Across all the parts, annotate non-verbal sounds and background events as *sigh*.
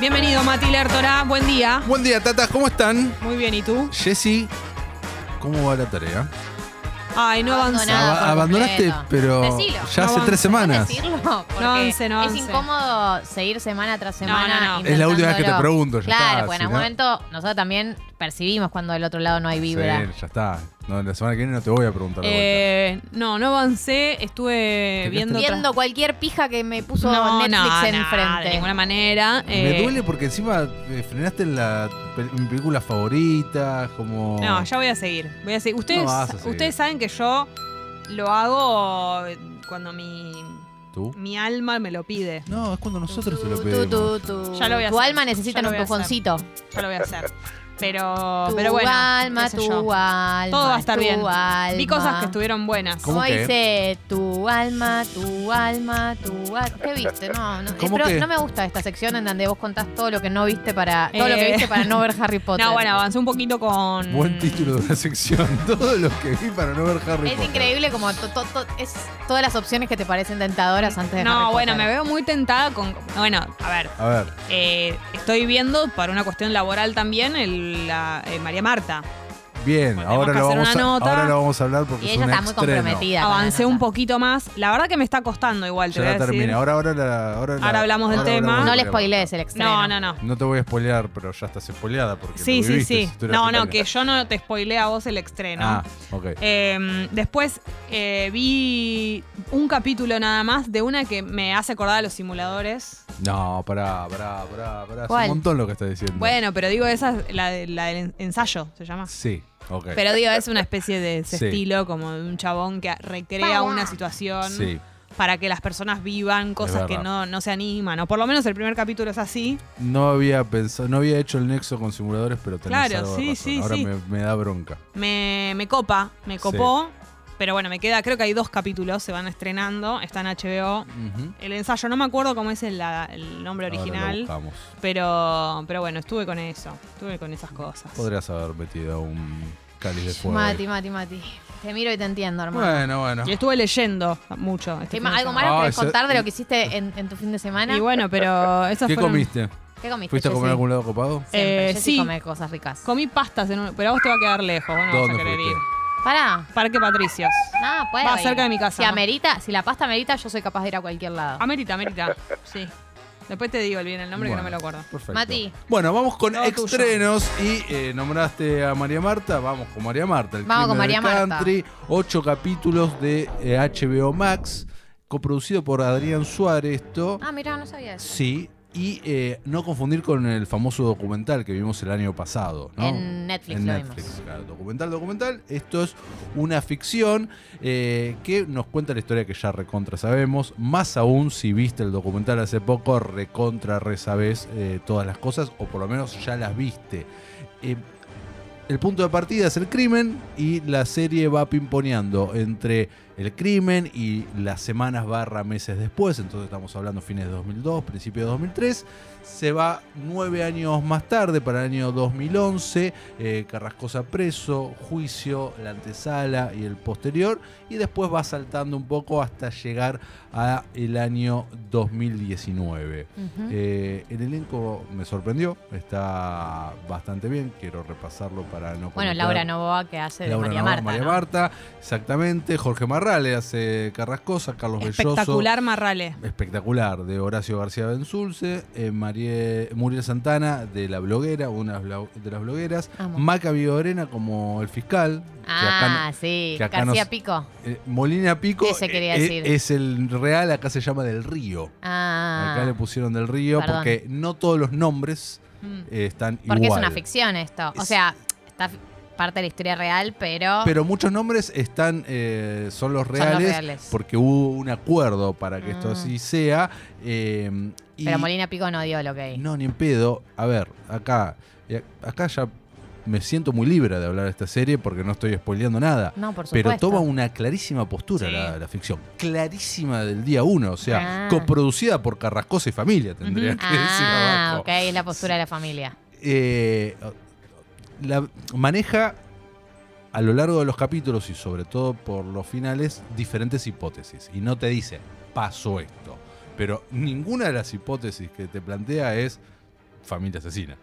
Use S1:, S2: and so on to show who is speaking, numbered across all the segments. S1: Bienvenido, Mati Lertora. Buen día.
S2: Buen día, tatas, ¿cómo están?
S1: Muy bien, ¿y tú?
S2: Jessy, ¿cómo va la tarea?
S1: Ay, no avanzamos.
S3: Abandonada.
S2: Aba-
S3: por
S2: abandonaste,
S3: completo.
S2: pero
S3: Decilo.
S2: ya hace
S1: No,
S2: tres semanas.
S3: decirlo?
S1: *laughs*
S3: Porque
S1: No avance, no avance.
S3: Es incómodo seguir semana tras semana.
S1: no, no.
S2: Es la última vez que te
S3: intentándolo.
S2: pregunto, ya
S3: Claro,
S2: está,
S3: porque en
S2: si
S3: algún
S2: no-
S3: momento nosotros también percibimos cuando del otro lado no hay vibra.
S2: Sí, ya está. No, la semana que viene no te voy a preguntar de vuelta.
S1: Eh, no, no avancé. Estuve
S2: Te
S1: viendo.
S2: quedaste-
S1: otra-
S3: Viendo cualquier pija que me puso
S1: No,
S3: Netflix
S1: no, no, de
S3: enfrente.
S1: ninguna manera.
S2: Me
S1: Eh,
S2: duele porque encima eh, frenaste en la pel- mi película favorita, como...
S1: No, ya voy a seguir. Voy a seguir. Ustedes,
S2: No vas a seguir.
S1: ustedes saben que yo lo hago eh, cuando mi,
S2: ¿Tú?
S1: mi alma me lo pide.
S2: No, es cuando nosotros se
S3: Tu,
S2: lo
S3: tu,
S2: pedimos.
S3: tu, tu.
S1: Ya lo voy a
S3: Tu
S1: hacer.
S3: alma necesita
S1: Ya lo
S3: un
S1: voy a hacer.
S3: empujoncito.
S1: Ya lo voy a hacer. Pero,
S3: Tu
S1: pero bueno.
S3: alma,
S1: qué sé
S3: tu
S1: yo.
S3: alma.
S1: Todo va a estar
S3: tu
S1: bien.
S3: Alma.
S1: Vi cosas que estuvieron buenas.
S2: ¿Cómo
S3: ¿Cómo
S2: que?
S3: dice tu alma, tu alma, tu alma? ¿Qué viste? No, no. Eh,
S2: ¿Cómo
S3: pero
S2: que?
S3: no me gusta esta sección en donde vos contás todo lo que no viste para. Todo lo
S1: Eh.
S3: que viste para no ver Harry
S1: *laughs*
S3: Potter.
S1: No, bueno, avancé un poquito con.
S2: Buen título de la sección. *laughs* Todo lo que vi para no ver Harry
S3: Es
S2: Potter.
S3: increíble como to- to- to- es todas las opciones que te parecen tentadoras antes de
S1: No,
S3: Harry
S1: bueno, me
S3: Potter.
S1: veo muy tentada con. Bueno, a ver,
S2: A ver,
S1: eh, estoy viendo para una cuestión laboral también el, la, eh, María Marta.
S2: bien,
S1: Bueno,
S2: ahora lo,
S1: tenemos que
S2: vamos
S1: hacer
S2: a,
S1: una nota.
S2: ahora lo vamos a hablar porque
S3: Y
S2: es
S3: ella
S2: un
S3: está muy
S2: estreno.
S3: comprometida. con la
S1: Avancé un
S3: nota.
S1: poquito más. La verdad que me está costando igual, te
S2: Ya
S1: voy a
S2: la
S1: decir.
S2: terminé. Ahora, ahora, la- ahora, la-
S1: Ahora hablamos del tema.
S2: hablamos
S3: No
S2: del
S3: le
S2: tema.
S3: spoilees el extremo.
S1: No, no, no.
S2: No te voy a spoilear, pero ya estás spoileada porque
S1: Sí,
S2: lo
S1: sí,
S2: viviste,
S1: sí.
S2: si tú eras
S1: No, no,
S2: spoiler.
S1: que yo no te spoileé a vos el estreno.
S2: Ah, ok.
S1: Eh, después eh, vi un capítulo nada más de una que me hace acordar a los simuladores.
S2: No, pará, pará, pará, pará. Es
S3: ¿Cuál?
S2: un montón lo que estás diciendo.
S1: Bueno, pero digo, esa es la, de- la del ensayo, se llama.
S2: Sí, ok.
S1: Pero digo, es una especie de ese
S2: Sí.
S1: estilo, como de un chabón que recrea una situación
S2: Sí.
S1: para que las personas vivan cosas que
S2: verdad.
S1: no, no se animan. O por lo menos el primer capítulo es así.
S2: No había pensado, no había hecho el nexo con simuladores, pero tenés
S1: Claro,
S2: algo de
S1: sí,
S2: razón.
S1: sí,
S2: Ahora
S1: sí.
S2: Me, me da bronca.
S1: Me, me copa, me copó. Pero bueno, me queda, creo que hay dos capítulos, se van estrenando, está en HBO.
S2: Ujú.
S1: El ensayo, no me acuerdo cómo es el, la- el nombre
S2: Ahora lo
S1: original.
S2: buscamos.
S1: Pero, pero bueno, estuve con eso. Estuve con esas cosas.
S2: Podrías haber metido un cáliz de fuego. ahí.
S3: Mati, Mati, Mati. Te miro y te entiendo, hermano.
S2: Bueno, bueno.
S1: Y estuve leyendo mucho. este
S3: ¿Qué
S1: fin
S3: ma-
S1: de
S3: ¿Algo
S1: semana.
S3: malo
S2: Ah,
S3: querés
S2: ese-
S3: contar de lo que hiciste en, en tu fin de semana?
S1: Y bueno, pero esas
S2: ¿Qué
S1: fueron-
S2: comiste?
S3: ¿Qué comiste?
S2: ¿Fuiste a comer a
S3: Jessy?
S2: algún lado copado?
S3: Siempre,
S1: Eh,
S3: Jessy
S1: sí.
S3: come cosas ricas.
S1: Comí pastas, en un- pero a vos te va a quedar lejos. Vos no vas a
S2: ¿Dónde
S1: querer
S2: fuiste?
S1: ir.
S3: Pará.
S1: Parque Patricios.
S3: No, puedo
S1: Va
S3: ir.
S1: cerca de mi casa.
S3: Si amerita, si la pasta amerita, yo soy capaz de ir a cualquier lado.
S1: Amérita,
S2: *laughs*
S1: Amérita. Sí. Después te digo el bien el nombre que no me lo
S2: Bueno,
S1: acuerdo.
S2: Perfecto.
S3: Mati.
S2: Bueno, vamos con
S1: Todo tuyo.
S2: estrenos y eh, nombraste a María Marta. Vamos con María Marta. El
S3: Vamos con
S2: crimen del
S3: María Marta.
S2: country, Ocho capítulos de eh, HBO Max, coproducido por Adrián Suárez. Esto
S3: Ah, mira, no sabía eso.
S2: sí. Y eh, no confundir con el famoso documental que vimos el año pasado. ¿no?
S3: En Netflix
S2: En
S3: lo
S2: Netflix,
S3: vimos.
S2: claro. Documental, documental. Esto es una ficción eh, que nos cuenta la historia que ya recontra sabemos. Más aún si viste el documental hace poco, recontra resabés eh, todas las cosas, o por lo menos ya las viste. Eh, el punto de partida es el crimen y la serie va pimponeando entre el crimen y las semanas barra meses después, entonces estamos hablando fines de 2002, principio de 2003, se va nueve años más tarde para el año 2011, eh, Carrascosa preso, juicio, la antesala y el posterior, y después va saltando un poco hasta llegar al año 2019.
S3: Ujú.
S2: Eh, el elenco me sorprendió, está bastante bien, quiero repasarlo para no...
S3: bueno,
S2: cometer-
S3: Laura Novoa que hace de
S2: Laura
S3: María
S2: Navarro,
S3: Marta.
S2: María
S3: ¿no?
S2: Marta, exactamente. Jorge Marrale hace Carrascosa, Carlos Belloso.
S1: Espectacular Marrale.
S2: Espectacular, de Horacio García Benzulce, eh, Marie- Muriel Santana de La Bloguera, una blau- de las blogueras,
S3: Amo.
S2: Maca Viorena como el fiscal, que
S3: Ah,
S2: acá
S3: sí.
S2: que acá
S3: García
S2: nos-
S3: Pico.
S2: no- eh, Molina Pico
S3: Ese quería
S2: eh,
S3: decir.
S2: es el real, acá se llama Del Río.
S3: Ah.
S2: Acá le pusieron Del Río
S3: Perdón.
S2: porque no todos los nombres
S1: Mm.
S2: eh, están
S3: Porque
S2: igual.
S3: es una ficción esto. O
S2: Es-
S3: sea, está f- parte de la historia real, pero.
S2: Pero muchos nombres están eh, son los
S3: los
S2: reales,
S3: reales.
S2: porque hubo un acuerdo para que esto
S3: Ah.
S2: así sea. eh, y
S3: pero Molina Pico no dio lo que hay.
S2: No, ni en pedo. A ver, acá, eh, acá ya me siento muy libre de hablar de esta serie porque no estoy spoileando nada.
S3: No, por supuesto.
S2: Pero *laughs* toma una clarísima postura
S1: Sí.
S2: la, la ficción. Clarísima del día uno. O sea,
S3: Ah.
S2: coproducida por Carrascosa y familia, tendría
S1: Ujú.
S2: que decir
S3: Ah,
S2: abajo.
S3: ok, es la postura de la familia.
S2: Eh, la, maneja a lo largo de los capítulos y sobre todo por los finales diferentes hipótesis y no te dice pasó esto pero ninguna de las hipótesis que te plantea es familia asesina.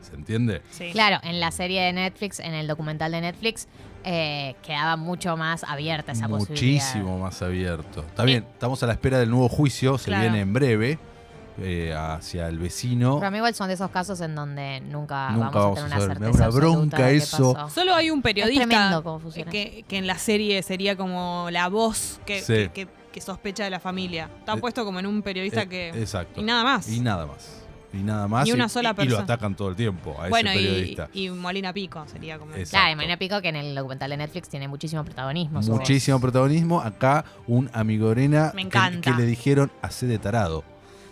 S2: ¿Se entiende?
S1: Sí.
S3: Claro, en la serie de Netflix, en el documental de Netflix, eh, quedaba mucho más abierta esa posibilidad.
S2: Muchísimo más abierto. Está bien, estamos a la espera del nuevo juicio,
S1: Eh.
S2: se
S1: Claro.
S2: viene en breve eh, hacia el vecino.
S3: Pero a mí igual son de esos casos en donde nunca,
S2: Nunca
S3: vamos a
S2: vamos
S3: tener
S2: a
S3: una
S2: saber. Me da
S3: certeza
S2: una bronca
S3: absoluta de qué
S2: eso.
S3: pasó.
S1: Solo hay un periodista
S3: Es tremendo cómo funciona.
S1: que, que en la serie sería como la voz que,
S2: Sí.
S1: que- que- que sospecha de la familia. Está
S2: Eh,
S1: puesto como en un periodista
S2: Eh,
S1: que...
S2: Exacto.
S1: Y nada más.
S2: Y nada más. Y nada más.
S1: Ni
S2: y-
S1: una sola
S2: y- Y lo
S1: persona.
S2: atacan todo el tiempo a
S1: bueno,
S2: ese
S1: y,
S2: periodista.
S1: y Molina Pico sería como...
S2: Es-
S3: Claro,
S2: Exacto.
S3: y Marina Pico, que en el documental de Netflix tiene muchísimo protagonismo. su voz.
S2: Muchísimo protagonismo. Acá un amigo Arena
S1: Me
S2: que-
S1: encanta.
S2: Que, le dijeron hace de tarado.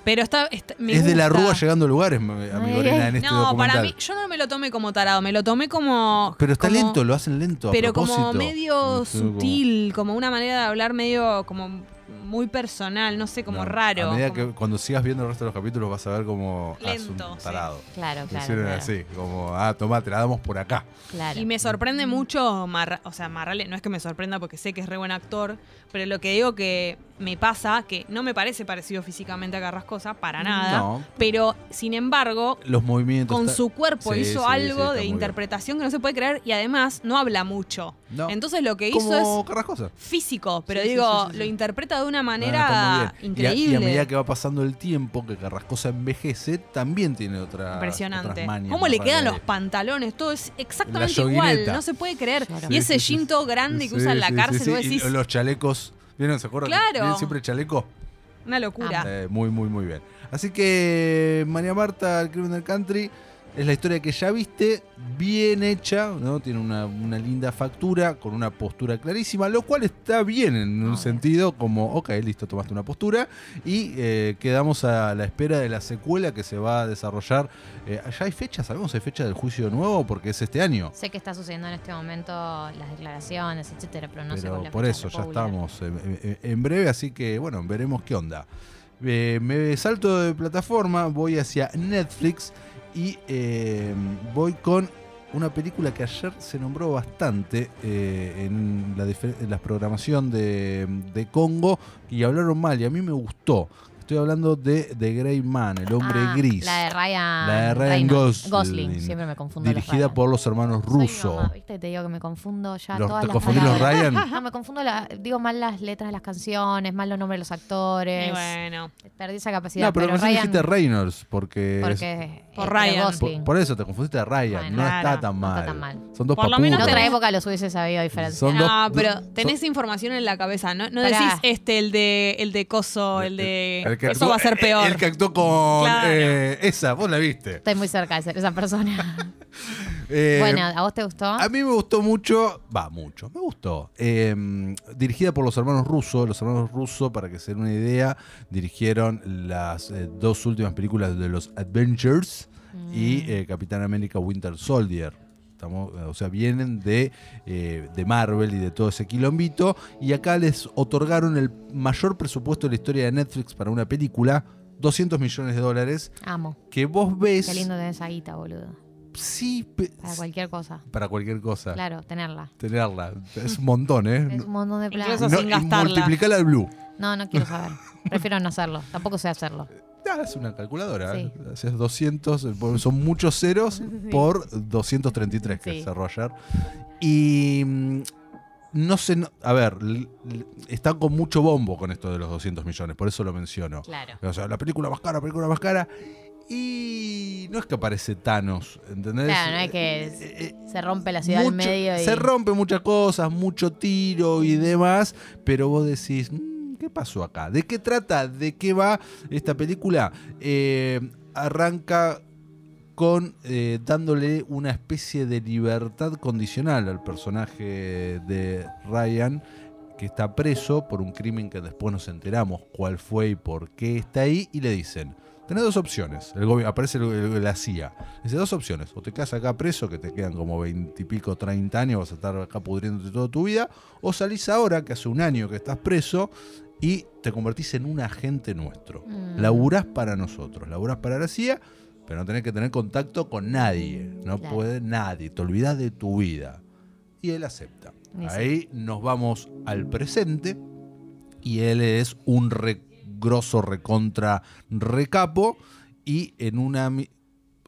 S1: Pero está... está- me
S2: es de la
S1: gusta.
S2: rúa llegando a lugares, amigo Arena, en este
S1: no,
S2: documental.
S1: para mí, yo no me lo tomé como tarado, me lo tomé como.
S2: Pero está
S1: como-
S2: lento, lo hacen lento. a
S1: Pero como
S2: propósito.
S1: medio
S2: Estoy como-
S1: sutil, como una manera de hablar medio como muy personal, no sé, como
S2: No,
S1: raro.
S2: A medida
S1: como-
S2: que cuando sigas viendo el resto de los capítulos vas a ver como. ah, es un
S1: Lento, sí.
S2: tarado.
S3: Claro,
S2: Lo
S3: claro.
S2: hicieron
S3: claro,
S2: así, como, ah, toma, te la damos por acá.
S3: claro.
S1: Y me sorprende mucho, Marra- o sea, Marrale, no es que me sorprenda porque sé que es re buen actor, pero lo que digo que me pasa, que no me parece parecido físicamente a Carrascosa, para nada,
S2: No.
S1: pero sin embargo,
S2: Los movimientos.
S1: Ah. con
S2: está-
S1: su cuerpo
S2: Sí,
S1: hizo
S2: sí, sí,
S1: algo
S2: está
S1: de
S2: muy bien.
S1: interpretación que no se puede creer y además no habla mucho.
S2: No.
S1: Entonces lo que hizo es
S2: Como Carrascosa.
S1: físico, pero
S2: Sí, sí,
S1: digo,
S2: sí, sí, sí.
S1: lo interpreta de una
S2: No, no, está
S1: manera
S2: muy bien. Y a-
S1: increíble.
S2: Y a, medida que va pasando el tiempo, que Carrascosa envejece, también tiene otra.
S1: Impresionante. ¿Cómo le quedan los pantalones? Todo es exactamente
S2: La
S1: igual.
S2: yoguineta.
S1: No se puede creer.
S3: Claro.
S1: Y
S2: Sí,
S1: ese
S2: sí, sí,
S1: jean todo grande que usa en la cárcel, vos decís,
S2: los chalecos. ¿Vieron? ¿Se acuerdan?
S1: Claro.
S2: ¿Vieron siempre chalecos?
S1: una locura.
S2: Eh, muy, muy, muy bien. Así que María Marta, el crimen del country, es la historia que ya viste, bien hecha, ¿no? Tiene una, una linda factura, con una postura clarísima, lo cual está bien en un
S3: Ah,
S2: sentido como, ok, listo, tomaste una postura y eh, quedamos a la espera de la secuela que se va a desarrollar. Eh, ¿Ya hay fecha? ¿Sabemos si hay fecha del juicio nuevo? Porque es este año.
S3: Sé que está sucediendo en este momento las declaraciones, etcétera, pero no sé
S2: Pero
S3: cuál es la
S2: por eso,
S3: fecha
S2: ya
S3: popular.
S2: estamos en, en- en breve, así que bueno, veremos qué onda. Eh, me salto de plataforma, voy hacia Netflix y eh, voy con una película que ayer se nombró bastante eh, en, la difer- en la programación de, de Congo y hablaron mal y a mí me gustó. Estoy hablando de The Grey Man, el hombre
S3: Ah,
S2: gris.
S3: La de Ryan,
S2: La de Ryan
S3: Reynolds.
S2: Gosling.
S3: Siempre me confundo. los
S2: dirigida
S3: Ryan.
S2: por los hermanos
S3: Soy mi
S2: Russo.
S3: mamá, ¿Viste? Te digo que me confundo ya
S2: Los-
S3: todas
S2: ¿Te
S3: las
S2: confundí los
S3: palabras.
S2: Ryan?
S3: *laughs* No, me confundo, la- digo mal las letras de las canciones, mal los nombres de los actores.
S1: Y bueno,
S3: Perdí esa capacidad.
S2: No, pero, recién
S3: Ryan,
S2: dijiste Reynolds porque, es-
S3: porque eh,
S1: Por
S3: pero
S1: Ryan.
S2: Por,
S3: Gosling.
S2: por eso te confundiste de Ryan.
S3: Bueno,
S2: no, está
S1: claro,
S2: tan
S3: no
S2: mal.
S3: está tan mal.
S2: Son dos
S1: Por lo menos
S3: En
S2: papugas.
S3: otra
S1: tenés-
S3: época los hubiese sabido diferenciar.
S2: Son dos-
S1: no, pero
S2: son-
S1: tenés información en la cabeza, ¿no? No
S3: Pará.
S1: decís este, el de, el de coso, el de.
S2: El que
S1: eso
S2: actuó- eh,
S1: va a ser peor.
S2: El que actuó con
S1: Claro.
S2: eh, esa, vos la viste.
S3: Estoy muy cerca de ser esa persona.
S2: *laughs* Eh,
S3: bueno, ¿a vos te gustó?
S2: A mí me gustó mucho, va, mucho, me gustó. Eh, dirigida por los hermanos rusos, los hermanos rusos, para que se den una idea, dirigieron las eh, dos últimas películas de los Adventures
S3: Mm,
S2: y eh, Capitán América Winter Soldier. Estamos, eh, o sea, vienen de, eh, de Marvel y de todo ese quilombito. Y acá les otorgaron el mayor presupuesto de la historia de Netflix para una película, 200 millones de dólares,
S3: Amo.
S2: que vos ves...
S3: Qué lindo tener esa guita, boludo.
S2: Sí, pe-
S3: Para cualquier cosa.
S2: para cualquier cosa.
S3: Claro, tenerla.
S2: Tenerla. Es un montón, ¿eh?
S3: Es un montón de planes.
S1: Incluso- sin
S2: y
S1: gastarla.
S2: multiplicala al blue.
S3: No, no quiero saber. Prefiero no hacerlo. Tampoco sé hacerlo.
S2: Ah, es una calculadora.
S3: Sí.
S2: Hacías 200, eh, por- son muchos
S3: *laughs*
S2: ceros por 233 que
S3: Sí.
S2: cerró ayer. Y mm, no sé, no- a ver, l- l- están con mucho bombo con esto de los 200 millones, por eso lo menciono.
S3: Claro.
S2: O sea, la película más cara, película más cara. Y no es que aparece Thanos, ¿entendés?
S3: Claro, no es que
S2: Eh, eh, eh,
S3: Se rompe la ciudad
S2: Mucho-
S3: del medio y.
S2: Se rompe muchas cosas, mucho tiro y demás, pero vos decís, "Mm, ¿qué pasó acá? ¿De qué trata? ¿De qué va esta película? Eh, arranca con eh, dándole una especie de libertad condicional al personaje de Ryan que está preso por un crimen que después nos enteramos cuál fue y por qué está ahí y le dicen tenés dos opciones el gobi- aparece el- el- la CIA Dice dos opciones. O te quedas acá preso, que te quedan como veintipico, treinta años, vas a estar acá pudriéndote toda tu vida. O salís ahora, que hace un año que estás preso, y te convertís en un agente nuestro.
S3: Mm.
S2: Laburás para nosotros, laburás para la CIA, pero no tenés que tener contacto con nadie. No
S3: Claro.
S2: puede nadie. Te olvidás de tu vida. Y él acepta.
S3: Y sí.
S2: Ahí nos vamos al presente. Y él es un re- grosso recontra recapo. Y en una mi-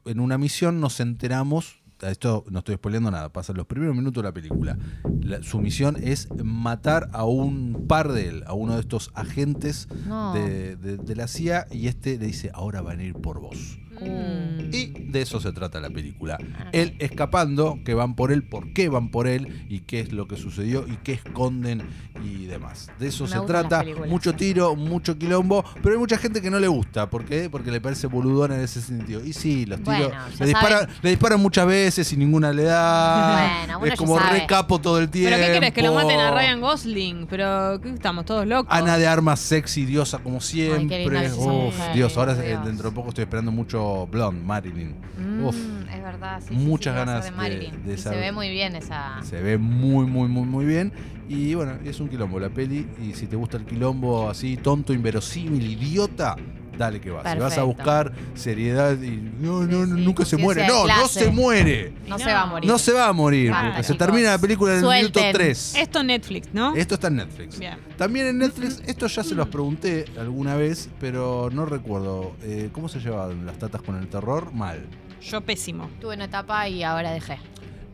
S2: en una misión nos enteramos, esto no estoy spoileando nada, pasan los primeros minutos de la película. La- su misión es matar a un par de él, a uno de estos agentes
S3: No. Eh,
S2: de, de- de la CIA, y este le dice, ahora van a ir por vos.
S3: Mm.
S2: Y de eso se trata la película. Él escapando, que van por él, por qué van por él, y qué es lo que sucedió, y qué esconden, y demás. De eso
S3: Me
S2: se
S3: gustan las
S2: trata.
S3: películas.
S2: Mucho tiro, mucho quilombo, pero hay mucha gente que no le gusta. ¿Por qué? Porque le parece boludona en ese sentido. Y sí, los tiros.
S3: Bueno, ya
S2: le, disparan,
S3: saben.
S2: le disparan muchas veces y ninguna le da.
S3: Bueno, uno
S2: es
S3: ya
S2: como
S3: sabe.
S2: recapo todo el tiempo.
S1: ¿Pero qué querés? Que lo maten a Ryan Gosling. Pero ¿qué estamos todos locos.
S2: Ana de armas sexy, diosa como siempre.
S3: linda que es esa
S2: Uf,
S3: mujer,
S2: Dios, ahora
S3: Dios.
S2: eh, dentro de poco estoy esperando mucho Blonde, Marilyn.
S3: Mm,
S2: Uf.
S3: es verdad, sí, sí,
S2: Muchas
S3: sí, va a
S2: ganas
S3: ser de
S2: de-
S3: Marilyn.
S2: de
S3: Y
S2: esa-
S3: se ve muy bien esa.
S2: Se ve muy, muy, muy, muy bien. Y bueno, es un quilombo la peli. Y si te gusta el quilombo así, tonto, inverosímil, idiota, dale que vas. Si vas a
S3: Perfecto.
S2: buscar seriedad y. No, no,
S3: Sí,
S2: no,
S3: sí,
S2: nunca se
S3: conciencia
S2: muere.
S3: de
S2: No, no
S3: clase.
S2: se muere.
S3: No
S1: Y
S3: se va a morir.
S2: No se va a morir.
S3: Basta,
S2: porque se
S3: chicos.
S2: termina la película en el minuto
S3: Suelten.
S2: 3.
S1: Esto Netflix, ¿no?
S2: Esto está en Netflix.
S1: Bien.
S2: También en Netflix, esto ya se los pregunté alguna vez, pero no recuerdo. eh, ¿Cómo se llevaban las tatas con el terror? Mal.
S1: Yo pésimo.
S3: Estuve en una etapa y ahora dejé.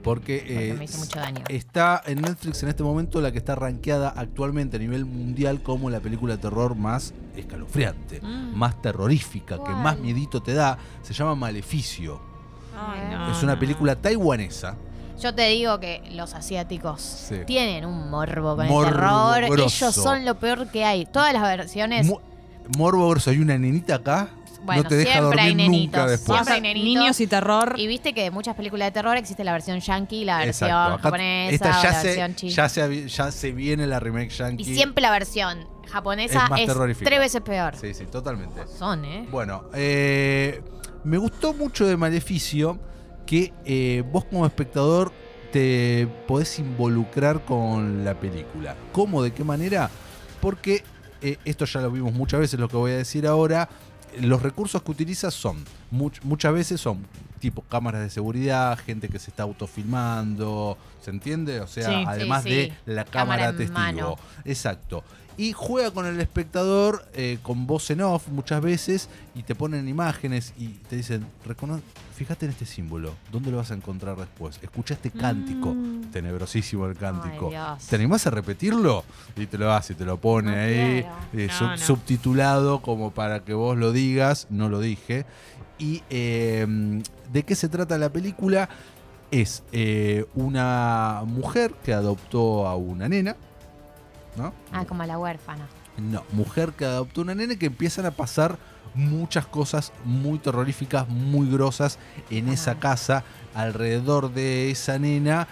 S2: Porque,
S3: Porque
S2: eh,
S3: me hizo mucho daño.
S2: está en Netflix en este momento la que está rankeada actualmente a nivel mundial como la película de terror más escalofriante,
S1: Mm.
S2: más terrorífica, que
S3: ¿Cuál?
S2: más miedito te da. Se llama Maleficio.
S1: Ay, no,
S3: Ah.
S2: es una
S1: no.
S2: película taiwanesa.
S3: Yo te digo que los asiáticos
S2: Sí.
S3: tienen un morbo con
S2: Morbo
S3: el terror.
S2: grosso.
S3: Ellos son lo peor que hay. Todas las versiones.
S2: Mo- Morbo Grosso, hay una nenita acá.
S3: Bueno,
S2: no te deja
S3: siempre hay
S2: dormir nunca
S3: nenitos,
S2: después.
S3: siempre hay nenitos.
S1: Niños y terror.
S3: Y viste que de muchas películas de terror existe la versión yankee, y la versión
S2: Exacto, acá
S3: japonesa,
S2: esta ya
S3: o la
S2: se,
S3: versión china.
S2: ya, se, avi- ya se viene la remake yankee.
S3: Y siempre la versión japonesa
S2: Es más
S3: es,
S2: terrorífica.
S3: tres veces peor.
S2: Sí, sí, totalmente.
S3: Son, ¿eh?
S2: Bueno, eh, me gustó mucho de Maleficio que eh, vos como espectador te podés involucrar con la película. ¿Cómo? ¿De qué manera? Porque eh, esto ya lo vimos muchas veces, lo que voy a decir ahora. Los recursos que utiliza son, much- muchas veces son tipo cámaras de seguridad, gente que se está autofilmando, ¿se entiende? O sea,
S1: Sí, sí,
S2: además
S3: sí.
S2: de la cámara,
S3: Cámara en
S2: testigo.
S3: mano.
S2: Exacto. Y juega con el espectador eh, con voz en off muchas veces y te ponen imágenes y te dicen, "Recono- fíjate en este símbolo, ¿dónde lo vas a encontrar después? Escucha este cántico,
S1: Mm.
S2: tenebrosísimo el cántico.
S3: Ay, Dios.
S2: ¿Te animás a repetirlo? Y te lo hace, y te lo pone
S3: No
S2: ahí,
S3: quiero.
S2: eh,
S1: No,
S2: sub-
S1: no.
S2: subtitulado como para que vos lo digas, no lo dije. ¿Y eh, de qué se trata la película? Es eh, una mujer que adoptó a una nena, ¿no?
S3: Ah, como la huérfana.
S2: No, mujer que adoptó una nena que empiezan a pasar muchas cosas muy terroríficas, muy grosas en esa
S3: Ah.
S2: casa, alrededor de esa nena.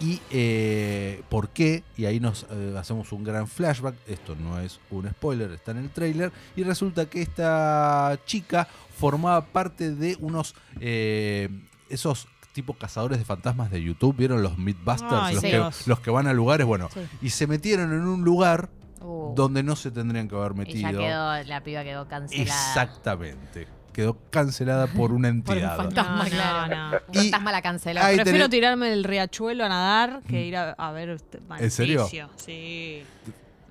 S2: Y eh, por qué, y ahí nos eh, hacemos un gran flashback, esto no es un spoiler, está en el trailer, y resulta que esta chica formaba parte de unos, eh, esos tipo cazadores de fantasmas de YouTube, ¿vieron los Mythbusters?
S1: Ay,
S2: los,
S1: sí.
S2: que, los que van a lugares, bueno,
S3: Sí.
S2: y se metieron en un lugar
S3: Uh,
S2: donde no se tendrían que haber
S3: y ya
S2: metido.
S3: quedó, la piba quedó cancelada.
S2: Exactamente. Quedó cancelada por
S3: *laughs*
S2: una entidad.
S3: fantasma.
S1: No, no,
S3: Claro.
S1: no.
S3: Un
S2: Y-
S3: fantasma la canceló.
S2: Ahí
S1: Prefiero
S2: tenés-
S1: tirarme del riachuelo a nadar que ir a, a ver este
S2: serio?
S1: Maleficio. Sí.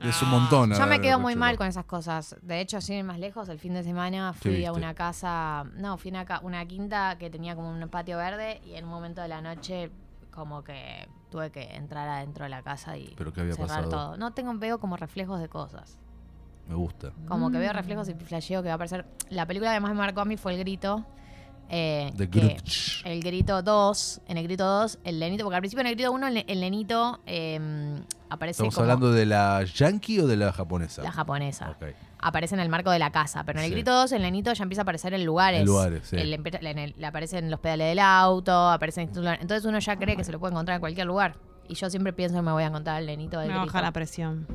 S2: es un
S1: No.
S2: montón.
S3: Yo
S2: haber
S3: me quedo muy
S2: escuchado.
S3: mal con esas cosas. De hecho, sin ir más lejos, el fin de semana fui
S2: viste?
S3: a una casa, no, fui a una, ca- una quinta que tenía como un patio verde y en un momento de la noche como que tuve que entrar adentro de la casa y
S2: ¿Pero qué había
S3: cerrar
S2: pasado?
S3: todo. No, tengo, veo como reflejos de cosas.
S2: Me gusta.
S3: Como que veo reflejos
S2: Mm.
S3: y flasheo que va a aparecer. La película que más me marcó a mí fue El Grito. eh,
S2: The
S3: que-
S2: Grudge.
S3: el grito 2, en el grito 2, el lenito, porque al principio en el grito 1 el, el lenito eh, aparece
S2: ¿Estamos
S3: como
S2: hablando de la yankee o de la japonesa?
S3: la japonesa.
S2: Ok.
S3: Aparece en el marco de la casa, pero en el
S2: Sí.
S3: grito 2 el lenito ya empieza a aparecer en lugares.
S2: En lugares, sí.
S3: El empe- en el- le aparecen los pedales del auto, aparecen entonces uno ya cree que se lo puede encontrar en cualquier lugar. Y yo siempre pienso que me voy a encontrar el lenito del
S1: Me
S3: grito.
S1: baja la presión.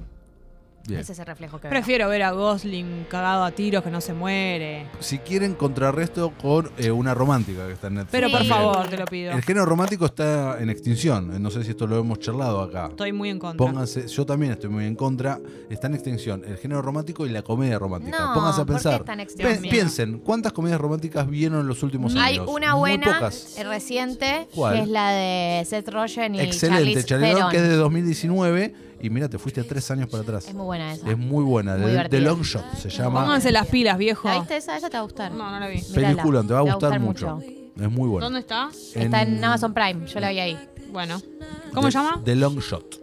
S2: Bien.
S3: Ese es el reflejo que veo.
S1: Prefiero ver a Gosling cagado a tiros que no se muere.
S2: Si quieren, contrarresto con eh, una romántica que está en Netflix.
S1: Pero por
S3: Sí.
S2: también.
S1: favor, te lo pido.
S2: El género romántico está en extinción. No sé si esto lo hemos charlado acá.
S1: Estoy muy en contra.
S2: Pónganse, yo también estoy muy en contra. Está en extinción el género romántico y la comedia romántica.
S3: No,
S2: Pónganse a
S3: ¿por qué
S2: pensar.
S3: está en
S2: Pe-
S3: extinción?
S2: piensen, ¿cuántas comedias románticas vieron en los últimos años?
S3: Hay una
S2: Muy
S3: buena
S2: pocas.
S3: eh, reciente,
S2: ¿Cuál?
S3: que es la de Seth Rogen y
S2: Excelente,
S3: Charlize
S2: Charlie Theron,
S3: Theron.
S2: que es de 2019. Y mira, te fuiste tres años para atrás.
S3: Es muy buena esa.
S2: Es muy buena.
S3: Muy
S2: de,
S3: divertida.
S2: de Long Shot se llama.
S1: Pónganse las pilas, viejo.
S3: ¿La viste esa? Esa te va a gustar.
S1: No, no la vi.
S3: Mirala.
S2: Película, te va a gustar mucho. Es muy bueno.
S1: ¿Dónde está?
S3: Está en Amazon Prime, yo la vi ahí.
S1: Bueno. ¿Cómo
S2: The-
S1: se llama?
S2: The Long Shot.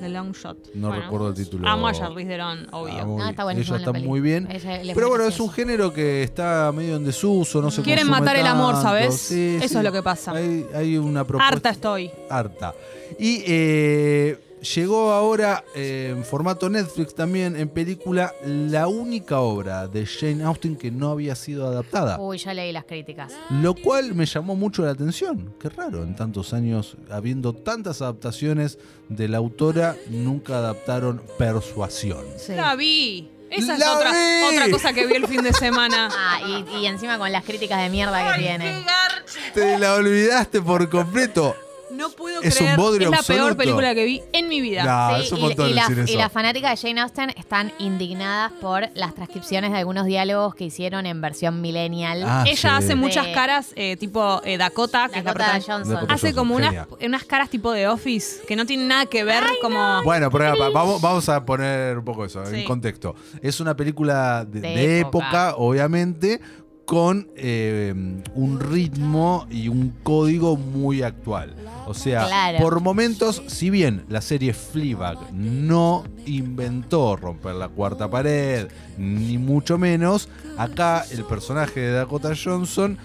S1: The Long Shot.
S2: No
S1: Bueno.
S2: recuerdo el título.
S1: Amo a Charlize Theron,
S2: Ah,
S1: obvio.
S2: muy
S3: No,
S2: bien.
S3: está
S2: Ella
S3: buenísimo en la
S2: está
S3: peli.
S2: muy bien.
S3: Ella- él es eh,
S2: Pero
S3: muy
S2: bueno, es un
S3: gracioso.
S2: género que está medio en desuso, no se
S1: Quieren
S2: consume
S1: matar el amor,
S2: tanto.
S1: ¿sabes?
S2: Sí,
S1: Eso
S2: sí.
S1: es lo que pasa.
S2: Hay, hay una propuesta.
S1: Harta estoy.
S2: harta. Y eh, llegó ahora eh, en formato Netflix también, en película, la única obra de Jane Austen que no había sido adaptada.
S3: Uy, yo leí las críticas.
S2: Lo cual me llamó mucho la atención. Qué raro, en tantos años, habiendo tantas adaptaciones de la autora, nunca adaptaron Persuasión.
S3: Sí.
S1: La vi. Esa es
S2: ¡La
S1: otra,
S2: vi!
S1: otra cosa que vi el fin de semana.
S3: Ah, y, y encima con las críticas de mierda que
S1: ¡Qué
S3: tiene.
S1: garcha!
S2: Te la olvidaste por completo.
S1: No puedo
S2: Es un
S1: creer.
S2: bodrio
S1: es la
S2: absoluto.
S1: peor película que vi en mi vida.
S2: Nah,
S3: Sí,
S2: Ah, es un
S3: y-
S2: montón
S3: y, las-
S2: decir eso.
S3: y las fanáticas de Jane Austen están indignadas por las transcripciones de algunos diálogos que hicieron en versión millennial.
S2: Ah,
S1: Ella
S2: sí.
S1: hace muchas
S3: Sí.
S1: caras, eh, tipo eh, Dakota, que es la
S3: Dakota
S1: protagonista.
S3: Johnson.
S2: Dakota
S1: Hace
S2: Johnson,
S1: como unas,
S2: genia.
S1: unas caras tipo de Office que no tienen nada que ver, como.
S2: Bueno, pero ahora, pa- vamos, vamos a poner un poco eso en
S1: Sí.
S2: contexto. Es una película de,
S3: De
S2: de época.
S3: época.
S2: obviamente, con eh, un ritmo y un código muy actual. O sea,
S3: Claro.
S2: por momentos, si bien la serie Fleabag no inventó romper la cuarta pared, ni mucho menos, acá el personaje de Dakota Johnson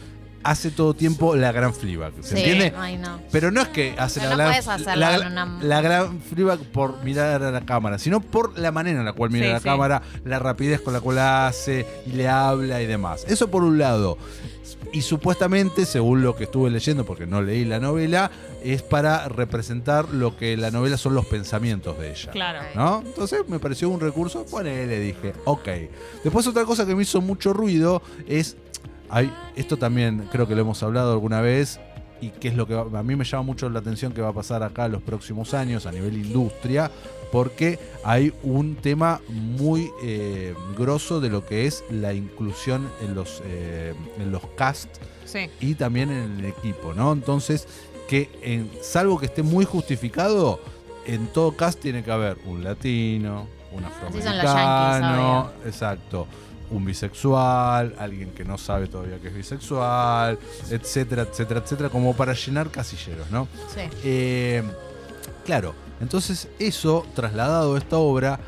S2: hace todo tiempo la gran Fleabag. ¿Se
S3: Sí,
S2: entiende?
S3: Ay, no.
S2: Pero no es que hace
S3: Pero
S2: la
S3: no
S2: gran,
S3: puedes hacerlo
S2: la,
S3: en una-
S2: la gran feedback por mirar a la cámara, sino por la manera en la cual mira
S1: Sí,
S2: a la
S1: sí.
S2: cámara, la rapidez con la cual la hace y le habla y demás. Eso por un lado. Y supuestamente, según lo que estuve leyendo, porque no leí la novela, es para representar lo que la novela son los pensamientos de ella.
S1: Claro.
S2: ¿no? Entonces me pareció un recurso, ponele, dije, ok. Después otra cosa que me hizo mucho ruido es, hay, esto también creo que lo hemos hablado alguna vez, y que es lo que va- a mí me llama mucho la atención que va a pasar acá en los próximos años a nivel industria, porque hay un tema muy eh, grosso de lo que es la inclusión en los, eh, en los cast
S1: Sí.
S2: y también en el equipo, ¿no? Entonces, que en, salvo que esté muy justificado, en todo cast tiene que haber un latino, un
S3: Así son los
S2: afroamericano, exacto, un bisexual, alguien que no sabe todavía que es bisexual, etcétera, etcétera, etcétera, como para llenar casilleros, ¿no?
S3: Sí.
S2: Eh, claro, entonces eso, trasladado a esta obra,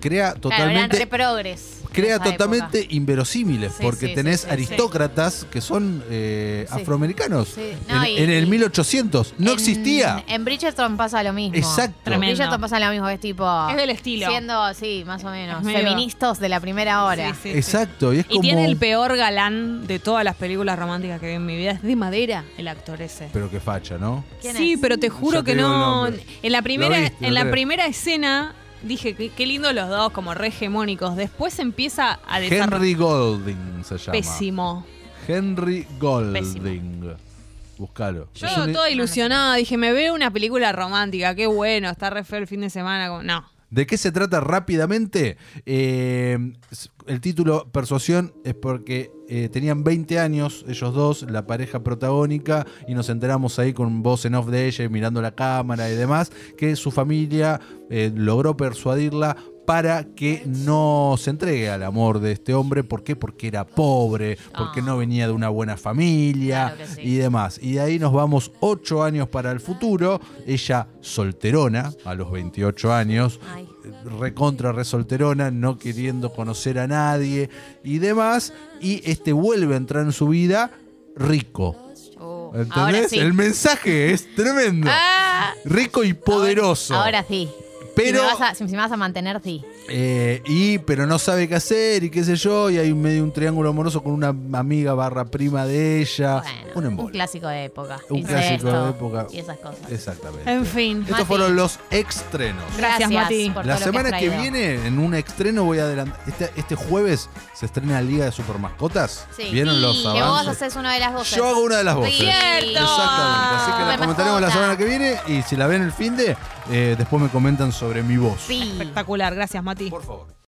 S2: crea totalmente
S3: progres.
S2: crea totalmente inverosímiles,
S3: Sí,
S2: porque
S3: sí,
S2: tenés
S3: sí, sí,
S2: aristócratas que son eh,
S3: Sí.
S2: afroamericanos.
S3: Sí. No,
S2: en,
S3: y-
S2: en el
S3: y-
S2: 1800 no
S3: En-
S2: existía.
S3: En Bridgerton pasa lo mismo.
S2: Exacto.
S3: En
S1: Tremendo.
S3: Bridgerton pasa lo mismo, que es tipo.
S1: Es del estilo.
S3: Ah, Siendo, sí, más o menos.
S1: Es medio-
S3: Feministas de la primera hora.
S1: Sí, sí, sí.
S2: Exacto, y es
S1: Y
S2: como
S1: tiene el peor galán de todas las películas románticas que vi en mi vida. Es de madera el actor ese.
S2: pero que facha, ¿no?
S3: ¿Quién
S1: Sí,
S3: es?
S1: pero te juro
S2: Ya te
S1: que
S2: digo el
S1: no.
S2: nombre.
S1: En la primera,
S2: Lo viste,
S1: en la
S2: creo.
S1: primera escena dije que- qué lindo los dos, como re hegemónicos. Después empieza a desarrollar
S2: Henry Golding se llama.
S1: pésimo.
S2: Henry Golding. Búscalo.
S1: Yo
S2: Es un-
S1: toda ilusionada, dije, me veo una película romántica, qué bueno, está re feo el fin de semana. como- No.
S2: ¿De qué se trata rápidamente? Eh, el título Persuasión es porque eh, tenían 20 años ellos dos, la pareja protagónica, y nos enteramos ahí con voz en off de ella y mirando la cámara y demás, que su familia eh, logró persuadirla para que no se entregue al amor de este hombre. ¿Por qué? Porque era pobre, porque
S3: Ah.
S2: no venía de una buena familia
S3: Claro que sí.
S2: y demás. Y de ahí nos vamos 8 años para el futuro. Ella solterona, a los 28 años,
S3: Ay.
S2: recontra resolterona, no queriendo conocer a nadie y demás. Y este vuelve a entrar en su vida rico.
S3: Uh, ahora
S2: ¿Entendés?
S3: sí.
S2: El mensaje es tremendo.
S3: Ah,
S2: Rico y poderoso.
S3: Ahora, ahora sí.
S2: pero,
S3: Si me, vas a, si me vas a mantener, sí.
S2: eh, y, pero no sabe qué hacer y qué sé yo. Y hay un medio un triángulo amoroso con una amiga barra prima de ella.
S3: Bueno,
S2: Ah, un
S3: un
S2: embole.
S3: clásico de época.
S2: Un clásico de
S3: Incesto
S2: época.
S3: Y esas cosas.
S2: Exactamente.
S1: En fin.
S2: Estos
S3: Mati.
S2: fueron los extrenos.
S1: Gracias, Mati.
S3: por
S2: La
S3: todo lo has
S2: semana que,
S3: traído.
S2: viene, en un estreno, voy a adelantar. Este, este jueves se estrena Liga de Supermascotas.
S3: Sí.
S2: ¿Vieron los
S3: Que vos
S2: avances?
S3: haces una de las voces.
S2: Yo hago una de las voces.
S3: ¡Cierto!
S2: Exactamente. Así que la
S3: Supermascota.
S2: comentaremos la semana que viene. Y si la ven el fin de, eh, después me comentan sobre mi voz.
S3: Sí.
S1: Espectacular, gracias Mati.
S2: Por favor.